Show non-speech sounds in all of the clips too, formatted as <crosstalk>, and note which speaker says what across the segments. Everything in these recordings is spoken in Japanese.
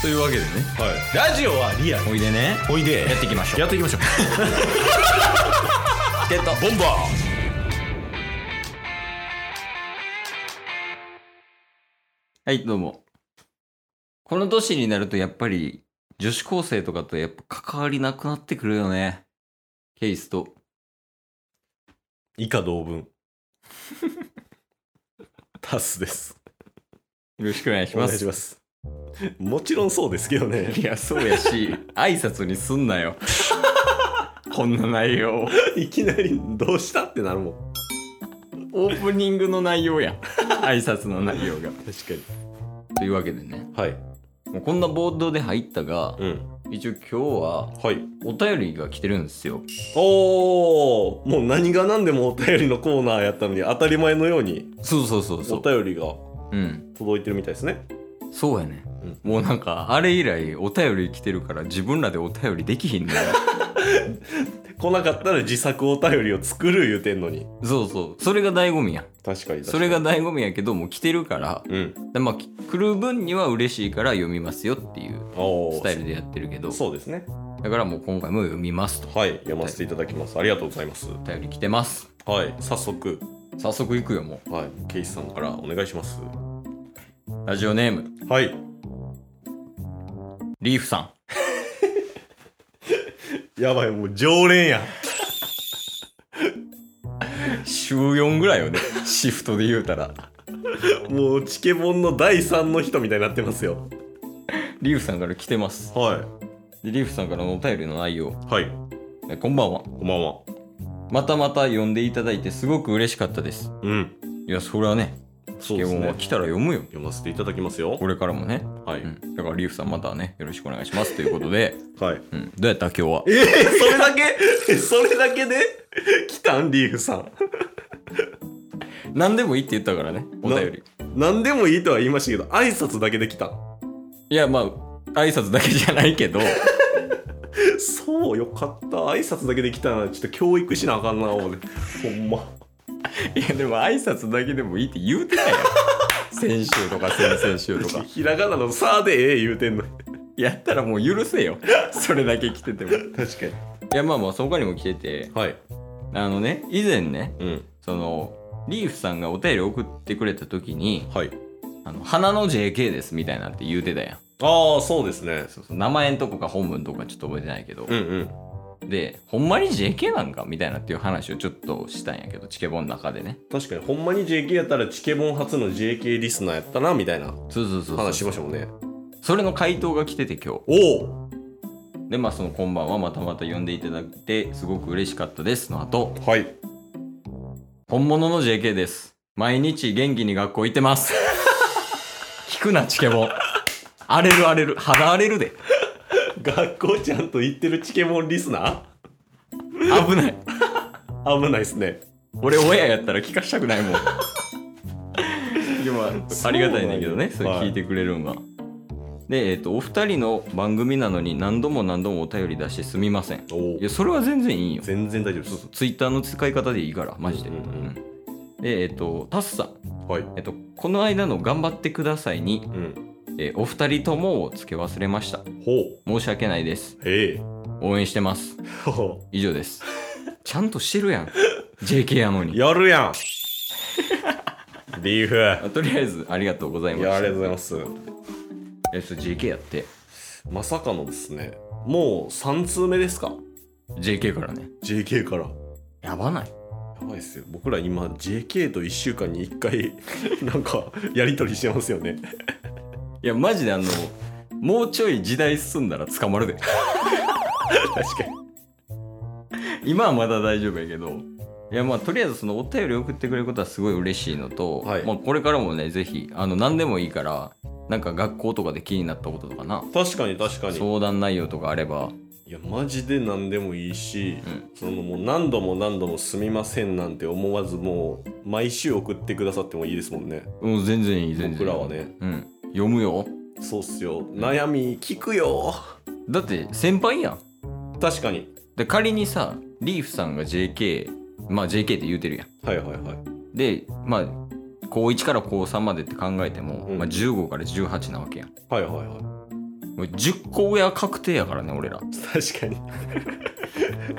Speaker 1: というわけでね
Speaker 2: はい、ラジオはリアル
Speaker 1: おいでね
Speaker 2: おいで
Speaker 1: やっていきましょう
Speaker 2: やっていきましょう
Speaker 1: ってた
Speaker 2: ボンバ
Speaker 1: はいどうもこの年になるとやっぱり女子高生とかとやっぱ関わりなくなってくるよねケイスと
Speaker 2: ー以下同 <laughs> 文タスです
Speaker 1: よろしくお願いし
Speaker 2: お
Speaker 1: ま
Speaker 2: 願
Speaker 1: す
Speaker 2: いしますもちろんそうですけどね
Speaker 1: いやそうやし挨拶にすんな <laughs> よこんな内容
Speaker 2: <laughs> いきなりどうしたってなるもん
Speaker 1: オープニングの内容や挨拶の内容が
Speaker 2: 確か
Speaker 1: というわけでね
Speaker 2: にはい
Speaker 1: もうこんなボードで入ったが
Speaker 2: うん
Speaker 1: 一応今日は
Speaker 2: はい
Speaker 1: お便りが来てるんですよ
Speaker 2: おーもう何が何でもお便りのコーナーやったのに当たり前のように
Speaker 1: そうそうそうそ
Speaker 2: お
Speaker 1: う
Speaker 2: 便りが
Speaker 1: うん
Speaker 2: 届いてるみたいですね
Speaker 1: そうやね、
Speaker 2: うん
Speaker 1: もうなんかあれ以来お便り来てるから自分らでお便りできひんね
Speaker 2: 来なかったら自作お便りを作る言うてんのに
Speaker 1: そうそうそれが醍醐味や
Speaker 2: 確かに確かに
Speaker 1: それが醍醐味やけどもう来てるから
Speaker 2: うん
Speaker 1: でまあき来る分には嬉しいから読みますよっていう
Speaker 2: おー
Speaker 1: スタイルでやってるけど
Speaker 2: そうですね
Speaker 1: だからもう今回も読みますと
Speaker 2: はい読ませていただきますありがとうございます
Speaker 1: お便り来てます
Speaker 2: はい早速
Speaker 1: 早速いくよも
Speaker 2: はいケイスさんからお願いします
Speaker 1: うラジオネーム
Speaker 2: はい
Speaker 1: リーフさん
Speaker 2: やばいもう常連や
Speaker 1: 週4ぐらいよねシフトで言うたら
Speaker 2: もうチケボンの第3の人みたいになってますよ
Speaker 1: リーフさんから来てます
Speaker 2: は
Speaker 1: でリーフさんからのお便りの内容
Speaker 2: いはい
Speaker 1: えこんばんは
Speaker 2: こんばんは
Speaker 1: またまた読んでいただいてすごく嬉しかったです
Speaker 2: うん
Speaker 1: いやそれはね
Speaker 2: そ
Speaker 1: チ
Speaker 2: う
Speaker 1: ケ
Speaker 2: です
Speaker 1: ボンは
Speaker 2: ね
Speaker 1: 来たら読むよ
Speaker 2: 読ませていただきますよ
Speaker 1: これからもね、
Speaker 2: はい、
Speaker 1: うん、だからリーフさんまたねよろしくお願いしますということで、 <laughs>
Speaker 2: はい
Speaker 1: うん、どうやった今日は
Speaker 2: <laughs> えー、それだけ <laughs> えそれだけで来たんリーフさん
Speaker 1: 何でもいいって言ったからねお便り
Speaker 2: 何でもいいとは言いましたけど挨拶だけで来た
Speaker 1: いやまあ挨拶だけじゃないけ <laughs> ど
Speaker 2: そうよかった挨拶だけで来たなちょっと教育しなあかんな思うてほんま
Speaker 1: いやでも挨拶だけでもいいって言うてたよ <laughs> 先週とか先々週とか
Speaker 2: ひらがなの「さ」でええ言うてんの
Speaker 1: <laughs> やったらもう許せよそれだけ来ててもい
Speaker 2: 確かに
Speaker 1: やまあまあそこにも来てて
Speaker 2: はい
Speaker 1: あのね以前ね
Speaker 2: うん
Speaker 1: そのリーフさんがお便り送ってくれた時に
Speaker 2: はい
Speaker 1: 「あの花の JK です」みたいなんて言うてたやん
Speaker 2: ああそうですね
Speaker 1: そうそう名前んとこか本文とかちょっと覚えてないけど
Speaker 2: う、んうん
Speaker 1: でほんまに JK なんかみたいなっていう話をちょっとしたんやけどチケボンの中でね
Speaker 2: 確かにほんまに JK やったらチケボン初の JK リスナーやったなみたいな
Speaker 1: そうそうそうそう
Speaker 2: 話しましたもんね
Speaker 1: それの回答が来てて今日
Speaker 2: おお
Speaker 1: でまあその「こんばんはまたまた呼んでいただいてすごく嬉しかったです」の後
Speaker 2: はい
Speaker 1: 本物の JK です毎日元気に学校行ってます
Speaker 2: <laughs>
Speaker 1: 聞くなチケボン荒れる荒れる肌荒れるで
Speaker 2: 学校ちゃんと行ってるチケボンリスナ
Speaker 1: 危ない
Speaker 2: ー危ないっすね
Speaker 1: 俺親やったら聞かしたくないも
Speaker 2: <laughs>
Speaker 1: んでもありがたいねんだけどねそ
Speaker 2: そう
Speaker 1: れ
Speaker 2: なんや
Speaker 1: 聞いてくれるんは、で、えっとお二人の番組なのに何度も何度もお便り出してすみません
Speaker 2: おお
Speaker 1: いやそれは全然いいよ
Speaker 2: 全然大丈夫です
Speaker 1: ツイッターの使い方でいいからマジで、
Speaker 2: うんうんうん
Speaker 1: うんでえっ、とタスさん、
Speaker 2: はい
Speaker 1: えっとこの間の「頑張ってくださいに」
Speaker 2: うん
Speaker 1: えーお二人ともをつけ忘れました
Speaker 2: ほ
Speaker 1: 申
Speaker 2: う
Speaker 1: し訳ないです
Speaker 2: ええ
Speaker 1: 応援してます
Speaker 2: ほ
Speaker 1: 以上ですちゃんとしてる
Speaker 2: <laughs>
Speaker 1: やん JK やの
Speaker 2: う
Speaker 1: に
Speaker 2: やるやんリーフいや
Speaker 1: あとりあえずありがとうござい
Speaker 2: あ
Speaker 1: まし
Speaker 2: りが
Speaker 1: た
Speaker 2: とうございます
Speaker 1: えそう JK やって
Speaker 2: まさかのですねもう3通目ですか
Speaker 1: JK からね
Speaker 2: JK から
Speaker 1: やばない
Speaker 2: やばいっすよ僕ら今 JK と1週間に1回 <laughs> なんかやり取りしてますよね
Speaker 1: いやマジであのもうちょい時代進んだら捕まる
Speaker 2: <laughs>
Speaker 1: で
Speaker 2: 確かに
Speaker 1: 今はまだ大丈夫やけどいやまあとりあえずそのお便り送ってくれることはすごい嬉しいのと、
Speaker 2: はい
Speaker 1: まあ、これからもねぜひあの何でもいいからなんか学校とかで気になったこととかな
Speaker 2: 確かに確かに
Speaker 1: 相談内容とかあれば
Speaker 2: いやマジで何でもいいし、
Speaker 1: うん
Speaker 2: そのもう何度も何度も「すみません」なんて思わずもう毎週送ってくださってもいいですもんね
Speaker 1: うん全然いい全然いい
Speaker 2: 僕らはね
Speaker 1: うん読むよ
Speaker 2: そうっすよ悩み聞くよ
Speaker 1: だって先輩やん
Speaker 2: 確かに
Speaker 1: で仮にさリーフさんが JK まあ JK って言うてるやん
Speaker 2: はいはいはい
Speaker 1: でまあ高1から高3までって考えても、
Speaker 2: うん
Speaker 1: まあ、15から18なわけやん
Speaker 2: はいはいは
Speaker 1: もう10個上は確定やからね俺ら
Speaker 2: 確かに <laughs>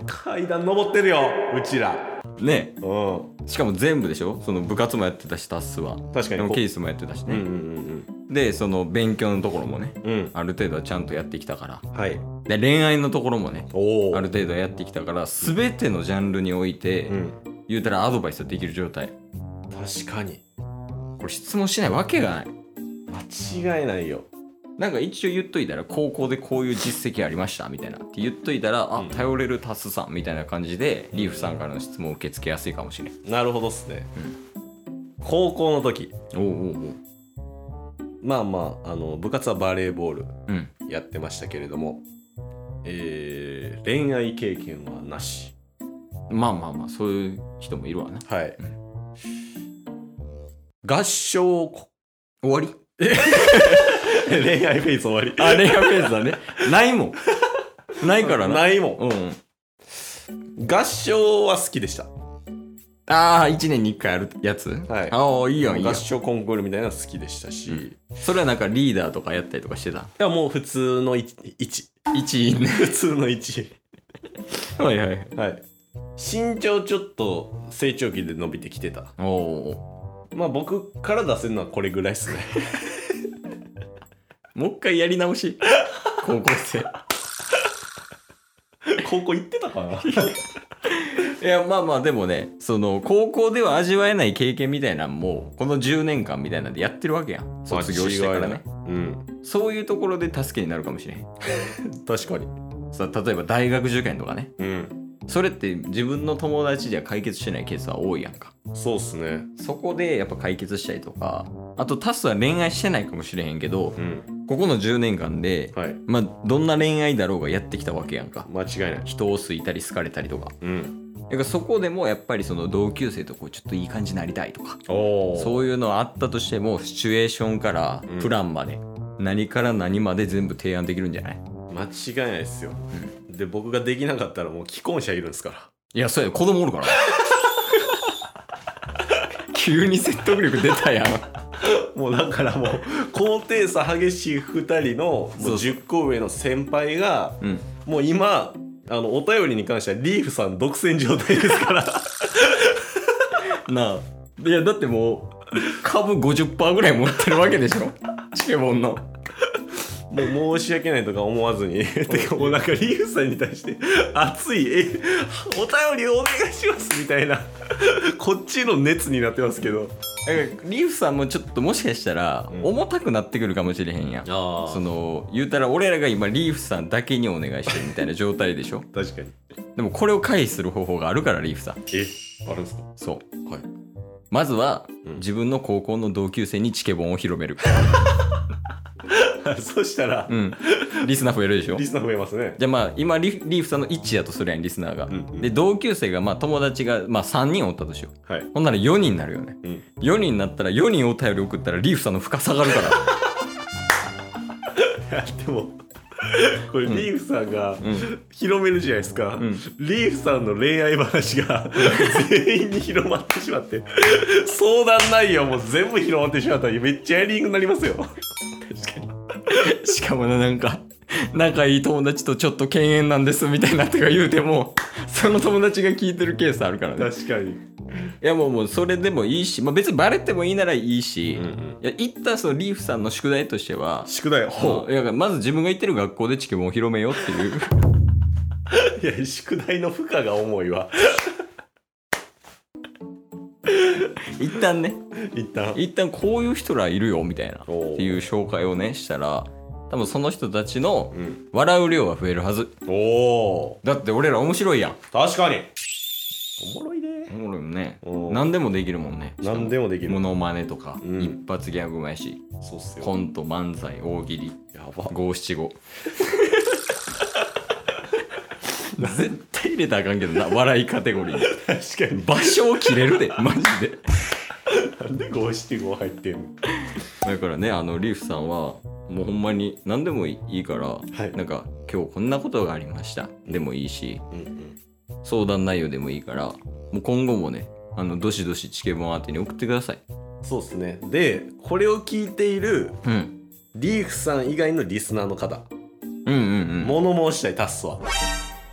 Speaker 2: 階段登ってるようちら
Speaker 1: ね
Speaker 2: うん
Speaker 1: しかも全部でしょその部活もやってたしタッスは
Speaker 2: 確か
Speaker 1: で
Speaker 2: に
Speaker 1: も
Speaker 2: こ
Speaker 1: ケースもやってたし
Speaker 2: うんう
Speaker 1: ね、
Speaker 2: ん
Speaker 1: でその勉強のところもね
Speaker 2: うんうん
Speaker 1: ある程度はちゃんとやってきたから
Speaker 2: はい
Speaker 1: で恋愛のところもね
Speaker 2: おお
Speaker 1: ある程度やってきたから全てのジャンルにおいて、
Speaker 2: うん
Speaker 1: 言うたらアドバイスができる状態
Speaker 2: 確かに
Speaker 1: これ質問しないわけがない
Speaker 2: 間違いないよ
Speaker 1: なんか一応言っといたら高校でこういう実績ありましたみたいなって言っといたら、
Speaker 2: うん
Speaker 1: あ頼れるタスさんみたいな感じでリーフさんからの質問を受け付けやすいかもしれん
Speaker 2: なるほどっすね、高校の時
Speaker 1: おうおうおう
Speaker 2: まあまああの部活はバレーボール
Speaker 1: うん
Speaker 2: やってましたけれどもえー、恋愛経験はなし
Speaker 1: まあまあまあそういう人もいるわな
Speaker 2: はい、合唱こ <laughs>
Speaker 1: 終わり
Speaker 2: 恋愛フェイス終わり
Speaker 1: あれがペースだね <laughs> ないもんないからな
Speaker 2: ないもん
Speaker 1: うんうん
Speaker 2: 合唱は好きでした
Speaker 1: ああ1年に1回あるやつ
Speaker 2: はい
Speaker 1: ああいいやんいいや
Speaker 2: 合
Speaker 1: ん
Speaker 2: 唱コンクールみたいなの好きでしたし、
Speaker 1: うん
Speaker 2: い
Speaker 1: それはなんかリーダーとかやったりとかしてた
Speaker 2: やもう普通の1
Speaker 1: 1位ね
Speaker 2: <laughs> 普通の1
Speaker 1: はいはい
Speaker 2: はい身長ちょっと成長期で伸びてきてた
Speaker 1: おお
Speaker 2: まあ僕から出せるのはこれぐらいっすね <laughs>
Speaker 1: もう一回やり直 <laughs> し高校生
Speaker 2: 高校行ってたかない
Speaker 1: やまあまあでもねその高校では味わえない経験みたいなんもこの10年間みたいなんでやってるわけやん卒業してからね
Speaker 2: うん
Speaker 1: そういうところで助けになるかもしれん
Speaker 2: 確かに
Speaker 1: さ例えば大学受験とかね
Speaker 2: うん
Speaker 1: それって自分の友達じゃ解決してないケースは多いやんか
Speaker 2: そうっすね
Speaker 1: そこでやっぱ解決したりとかあとタスは恋愛してないかもしれへんけど
Speaker 2: うん
Speaker 1: ここの10年間で、
Speaker 2: はい
Speaker 1: まあどんな恋愛だろうがやってきたわけやんか
Speaker 2: 間違いない
Speaker 1: 人を好いたり好かれたりとか
Speaker 2: うん
Speaker 1: だからそこでもやっぱりその同級生とこうちょっといい感じになりたいとか
Speaker 2: おお
Speaker 1: そういうのあったとしてもシチュエーションから
Speaker 2: うん
Speaker 1: プランまで、何から何まで全部提案できるんじゃない
Speaker 2: 間違いないっすよ、で僕ができなかったらもう既婚者いるんですから
Speaker 1: いやそうや子供おるから <laughs> 急に説得力出たやん
Speaker 2: <laughs> もうだから <laughs> もう高低差激しい2人のもう
Speaker 1: そう
Speaker 2: 10個上の先輩が
Speaker 1: うん
Speaker 2: もう今あのお便りに関してはリーフさん独占状態です <laughs> から
Speaker 1: なあいやだってもう株50%ぐらい持ってるわけでし <laughs> ょチケボンの
Speaker 2: もう申し訳ないとか思わず <laughs> にてかもうなんかリーフさんに対して熱いえお便りお願いしますみたいなこっちの熱になってますけど
Speaker 1: だからリーフさんもちょっともしかしたら
Speaker 2: うん
Speaker 1: 重たくなってくるかもしれへんやん、
Speaker 2: あ
Speaker 1: その言うたら俺らが今リーフさんだけにお願いしてるみたいな状態でしょ
Speaker 2: 確かに
Speaker 1: でもこれを回避する方法があるからリーフさん
Speaker 2: えあるんですか
Speaker 1: そう
Speaker 2: はい
Speaker 1: まずは、
Speaker 2: うん
Speaker 1: 自分の高校の同級生にチケボンを広める。
Speaker 2: <laughs> そしたら、
Speaker 1: うん。リスナー増えるでしょ
Speaker 2: リスナー増えますね
Speaker 1: じゃあまあ今リリーフさんの1やとするやんリスナーが、
Speaker 2: んうん
Speaker 1: で同級生がまあ友達がまあ3人おったとしよう
Speaker 2: はい、
Speaker 1: ほんなら4人になるよね
Speaker 2: うん、 <laughs>
Speaker 1: 4人になったら4人お便り送ったらリーフさんの負荷下がるから
Speaker 2: でもこれリーフさんが、
Speaker 1: ん
Speaker 2: 広めるじゃないですか、
Speaker 1: ん
Speaker 2: リーフさんの恋愛話が全員に広まってしまって相談内容も全部広まってしまったらめっちゃやりにくくなりますよ
Speaker 1: <laughs> しかもななんか仲いい友達とちょっと犬猿なんですみたいなとか言うてもその友達が聞いてるケースあるからね
Speaker 2: 確かに、
Speaker 1: いやもうもうそれでもいいし、まあ、別にバレてもいいならいいし、
Speaker 2: うん、
Speaker 1: いや一旦そのリーフさんの宿題としては
Speaker 2: 宿題
Speaker 1: そういやまず自分が行ってる学校でチケボンを広めようっていう
Speaker 2: いや宿題の負荷が重いわ
Speaker 1: 一旦ね
Speaker 2: 一旦
Speaker 1: 一旦こういう人らいるよみたいなって
Speaker 2: おう
Speaker 1: いう紹介をねしたら多分その人たちの
Speaker 2: うん、
Speaker 1: 笑う量は増えるはず
Speaker 2: おお
Speaker 1: だって俺ら面白いやん
Speaker 2: 確かにおもろいね
Speaker 1: おもろいもんね
Speaker 2: おう
Speaker 1: 何でもできるもんね
Speaker 2: 何でもできる
Speaker 1: モノマネとか、
Speaker 2: うん
Speaker 1: 一発ギャグもやし
Speaker 2: そうっす
Speaker 1: コント漫才大喜利
Speaker 2: やば
Speaker 1: 五七五絶対入れたらあかんけどな笑いカテゴリーに
Speaker 2: 確かに
Speaker 1: 場所を切れるでマジで
Speaker 2: なんで五七五入ってんの
Speaker 1: だからねあのリーフさんはもうほんまに何でもいいから、
Speaker 2: い
Speaker 1: なんか今日こんなことがありましたでもいいし
Speaker 2: うんうん
Speaker 1: 相談内容でもいいからもう今後もねあのどしどしチケボン宛てに送ってください
Speaker 2: そうですねでこれを聞いている
Speaker 1: うん
Speaker 2: リーフさん以外のリスナーの方
Speaker 1: うんうんうん。
Speaker 2: 物申したいタッソは。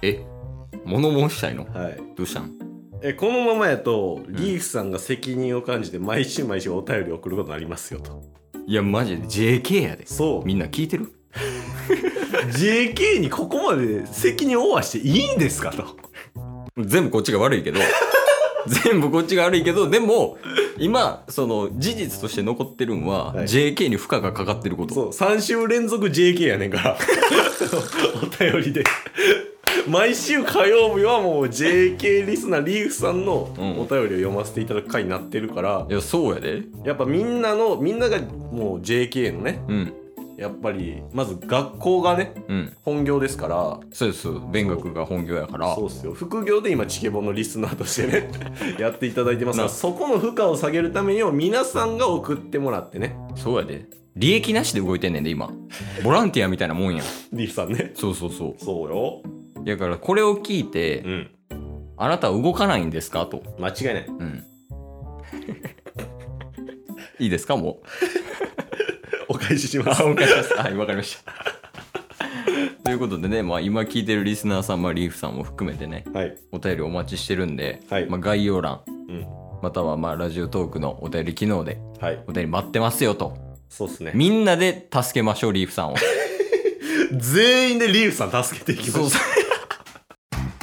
Speaker 1: え物申したいの
Speaker 2: はい。
Speaker 1: どうしたん
Speaker 2: えこのままやとリーフさんが責任を感じて毎週毎週お便り送ることになりますよと
Speaker 1: いや、マジで JK やで。
Speaker 2: そう
Speaker 1: みんな聞いてる
Speaker 2: JK にここまで責任を負わしていいんですかと
Speaker 1: 全部こっちが悪い <laughs> けど。全部こっちが悪いけど、でも、今、その、事実として残ってるんは、
Speaker 2: はい
Speaker 1: JK に負荷がかかってること。
Speaker 2: そう3週連続 JK やねんから
Speaker 1: <laughs>
Speaker 2: お便りで毎週火曜日はもう JK リスナーリーフさんのお
Speaker 1: うん
Speaker 2: 便りを読ませていただく回になってるから
Speaker 1: いや、そうやで。
Speaker 2: やっぱみんなのみんながもう JK のね
Speaker 1: うん。
Speaker 2: やっぱりまず学校がね
Speaker 1: うん。
Speaker 2: 本業ですから
Speaker 1: そうです。勉学が本業やから。
Speaker 2: そうっすよ副業で今チケボンのリスナーとしてね <laughs> やっていただいてますから
Speaker 1: な
Speaker 2: そこの負荷を下げるためにも皆さんが送ってもらってね
Speaker 1: そうやで。利益なしで動いてんねんで、今。ボランティアみたいなもんやん。
Speaker 2: リーさんね
Speaker 1: そうそうそう。
Speaker 2: そうよ
Speaker 1: だから、これを聞いて、
Speaker 2: うん
Speaker 1: あなたは動かないんですかと。
Speaker 2: 間違いない
Speaker 1: うん。 <laughs> いいですかもう。
Speaker 2: <laughs> お返ししま
Speaker 1: あ、
Speaker 2: す
Speaker 1: わかりました。はい、わかりま
Speaker 2: <laughs>
Speaker 1: した。ということでね、まあ、今聞いてるリスナーさん、まあ、リーフさんも含めてね、
Speaker 2: はい
Speaker 1: お便りお待ちしてるんで、
Speaker 2: はい
Speaker 1: まあ、概要欄、
Speaker 2: うん
Speaker 1: またはまあラジオトークのお便り機能で、
Speaker 2: はい
Speaker 1: お便り待ってますよと。
Speaker 2: そうっすね
Speaker 1: みんなで助けましょう、リーフさんを。
Speaker 2: 全員でリーフさん助けていき
Speaker 1: そう
Speaker 2: ま
Speaker 1: そ
Speaker 2: す
Speaker 1: う <laughs>